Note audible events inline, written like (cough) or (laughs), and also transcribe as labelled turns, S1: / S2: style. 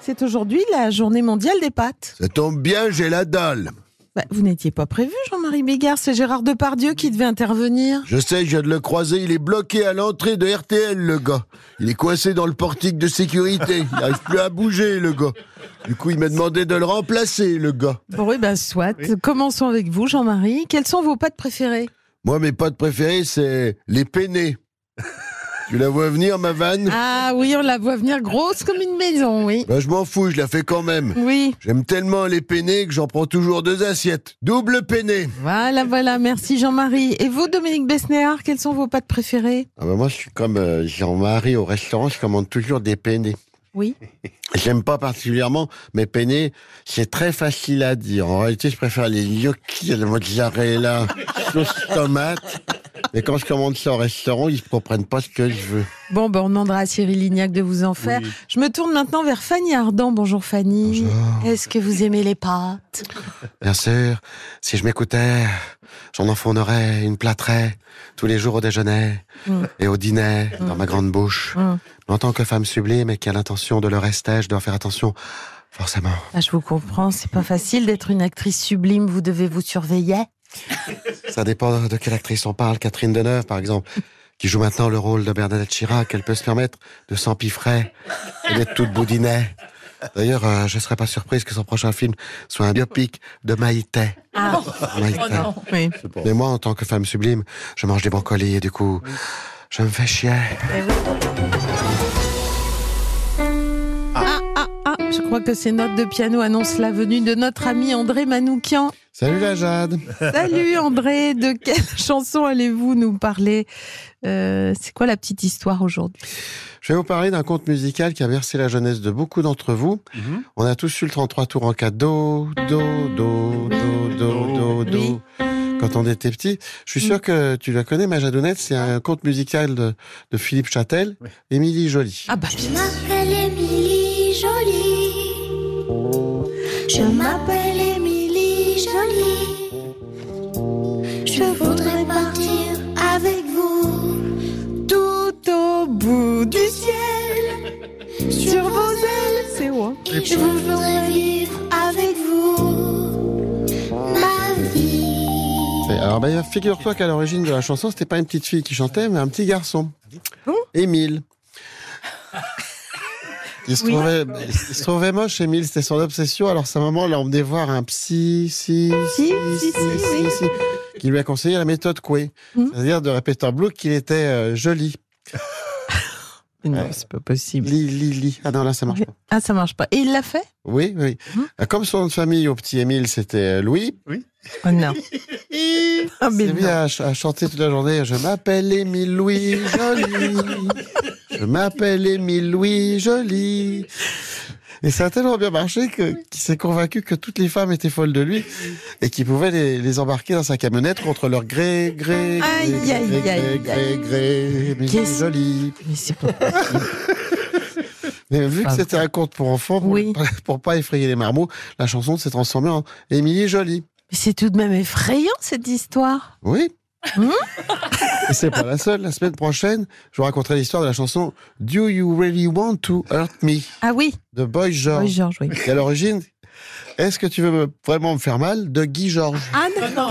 S1: C'est aujourd'hui la journée mondiale des pâtes.
S2: Ça tombe bien, j'ai la dalle.
S1: Bah, vous n'étiez pas prévu, Jean-Marie Bégard. C'est Gérard Depardieu qui devait intervenir.
S2: Je sais, je viens de le croiser, il est bloqué à l'entrée de RTL, le gars. Il est coincé dans le portique de sécurité. Il n'arrive plus à bouger, le gars. Du coup, il m'a demandé de le remplacer, le gars.
S1: Bon, oui, bah, soit. Commençons avec vous, Jean-Marie. Quelles sont vos pâtes préférées
S2: Moi, mes potes préférés, c'est les peinés. tu la vois venir, ma vanne
S1: Ah oui, on la voit venir grosse comme une maison, oui.
S2: Ben, Je m'en fous, je la fais quand même.
S1: Oui.
S2: J'aime tellement les peinés que j'en prends toujours deux assiettes. Double peiné.
S1: Voilà, voilà. Merci, Jean-Marie. Et vous, Dominique Besnéard, quelles sont vos pâtes préférées
S2: Ah ben moi, je suis comme euh, Jean-Marie au restaurant, je commande toujours des peinés.
S1: Oui.
S2: J'aime pas particulièrement, mais peinés, c'est très facile à dire. En réalité, je préfère les gnocchis à la mozzarella, sauce tomate. Mais quand je commande ça au restaurant, ils ne comprennent pas ce que je veux.
S1: Bon, ben, on demandera à Cyril Lignac de vous en faire. Je me tourne maintenant vers Fanny Ardant. Bonjour, Fanny. Est-ce que vous aimez les pâtes
S2: Bien sûr, si je m'écoutais, j'en enfournerais une plâtrée tous les jours au déjeuner
S1: Mm.
S2: et au dîner dans ma grande bouche.
S1: Mm.
S2: Mais en tant que femme sublime et qui a l'intention de le rester, je dois faire attention, forcément.
S1: Ah, Je vous comprends, c'est pas facile d'être une actrice sublime, vous devez vous surveiller.
S2: Ça dépend de quelle actrice on parle. Catherine Deneuve, par exemple, qui joue maintenant le rôle de Bernadette Chirac, elle peut se permettre de s'empiffrer et d'être toute boudinée. D'ailleurs, euh, je ne serais pas surprise que son prochain film soit un biopic de Maïté.
S1: Ah,
S2: Maïté.
S1: oui.
S2: Mais moi, en tant que femme sublime, je mange des brocolis et du coup, je me fais chier.
S1: Ah, ah, ah, je crois que ces notes de piano annoncent la venue de notre ami André Manoukian.
S2: Salut la Jade.
S1: Salut André, de quelle (laughs) chanson allez-vous nous parler Euh, C'est quoi la petite histoire aujourd'hui
S2: Je vais vous parler d'un conte musical qui a versé la jeunesse de beaucoup d'entre vous.
S3: Mhm.
S2: On a tous eu le 33 tours en cas do, do, do, do, do, do, do.
S1: Oui.
S2: Quand on était petit, je suis sûr que tu la connais, ma Jadounette, c'est un conte musical de, de Philippe Châtel, Émilie Joly.
S1: Ah bah bien
S4: Je m'appelle Émilie Jolie. Je m'appelle Émilie Jolie. Je voudrais partir avec vous
S1: tout au bout du
S4: du ciel sur vos ailes.
S1: c'est hein? haut.
S4: Je voudrais vivre avec vous ma vie.
S2: Et Alors, bah, figure-toi qu'à l'origine de la chanson, c'était pas une petite fille qui chantait, mais un petit garçon.
S1: Bon. (laughs)
S2: Émile. Il se,
S1: Oui.
S2: trouvait, il se trouvait moche, Émile, c'était son obsession. Alors sa maman l'a emmené voir un psy, si,
S1: Si, si, si, oui.
S2: qui lui a conseillé la méthode Coué.
S1: Mhm.
S2: C'est-à-dire de répéter en boucle qu'il était euh, joli.
S1: Non, c'est pas possible.
S2: Li, li, li. Ah non, là, ça marche pas.
S1: Ah, ça marche pas. Et il l'a fait
S2: Oui, oui.
S1: Mmh.
S2: Comme son nom de famille au petit Émile, c'était euh, Louis,
S1: Oh non. (laughs) Ah, mais
S2: C'est
S1: non.
S2: bien à, ch- à chanter toute la journée. Je m'appelle Émile Louis Joly. Je m'appelle Émile Louis Joly. Et ça a tellement bien marché que- qu'il s'est convaincu que toutes les femmes étaient folles de lui et qu'il pouvait les, les embarquer dans sa camionnette contre leur gré, gré, gré,
S1: Aïe,
S2: gré,
S1: aïe,
S2: gré,
S1: aïe,
S2: gré, gré, Émile
S1: Qu'est-ce-
S2: Joly.
S1: Mais c'est pas
S2: Mais vu que
S1: Ah,
S2: c'était un conte pour enfants, pour,
S1: Oui.
S2: (laughs) pour pas effrayer les marmots, la chanson s'est transformée en Émilie Joly.
S1: Mais c'est tout de même effrayant cette histoire.
S2: Oui. Mmh.
S1: Hmm
S2: Et c'est pas la seule. La semaine prochaine, je vous raconterai l'histoire de la chanson Do You Really Want to Hurt Me
S1: Ah oui,
S2: de Boy George.
S1: oui Georges, oui.
S2: Et à l'origine, Est-ce que tu veux me- vraiment me faire mal de Guy Georges.
S1: Ah non.